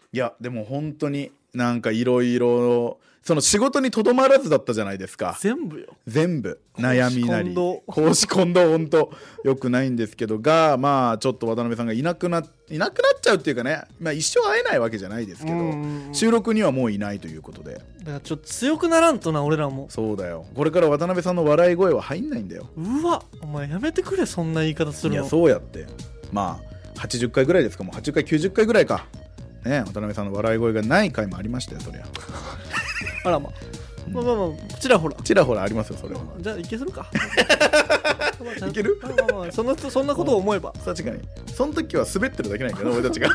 Speaker 2: でも本当になんかいろいろその仕事にとどまらずだったじゃないですか
Speaker 1: 全部よ
Speaker 2: 全部悩みなり
Speaker 1: 公
Speaker 2: 公私混同本当よくないんですけどがまあちょっと渡辺さんがいなくないなくなっちゃうっていうかね、まあ、一生会えないわけじゃないですけど
Speaker 1: うん
Speaker 2: 収録にはもういないということで
Speaker 1: だからちょっと強くならんとな俺らも
Speaker 2: そうだよこれから渡辺さんの笑い声は入んないんだよ
Speaker 1: うわお前やめてくれそんな言い方す
Speaker 2: い
Speaker 1: る
Speaker 2: や
Speaker 1: の
Speaker 2: そうやってまあ80回ぐらいですかもう80回90回ぐらいかね渡辺さんの笑い声がない回もありましたよそりゃ
Speaker 1: あらままあまあまあちらほら
Speaker 2: ちらほらありますよそれは
Speaker 1: じゃあいけする
Speaker 2: (laughs)
Speaker 1: か
Speaker 2: いける
Speaker 1: まあまあまあそんなそんなことを思えば
Speaker 2: 確かにその時は滑ってるだけなんやけど俺たちが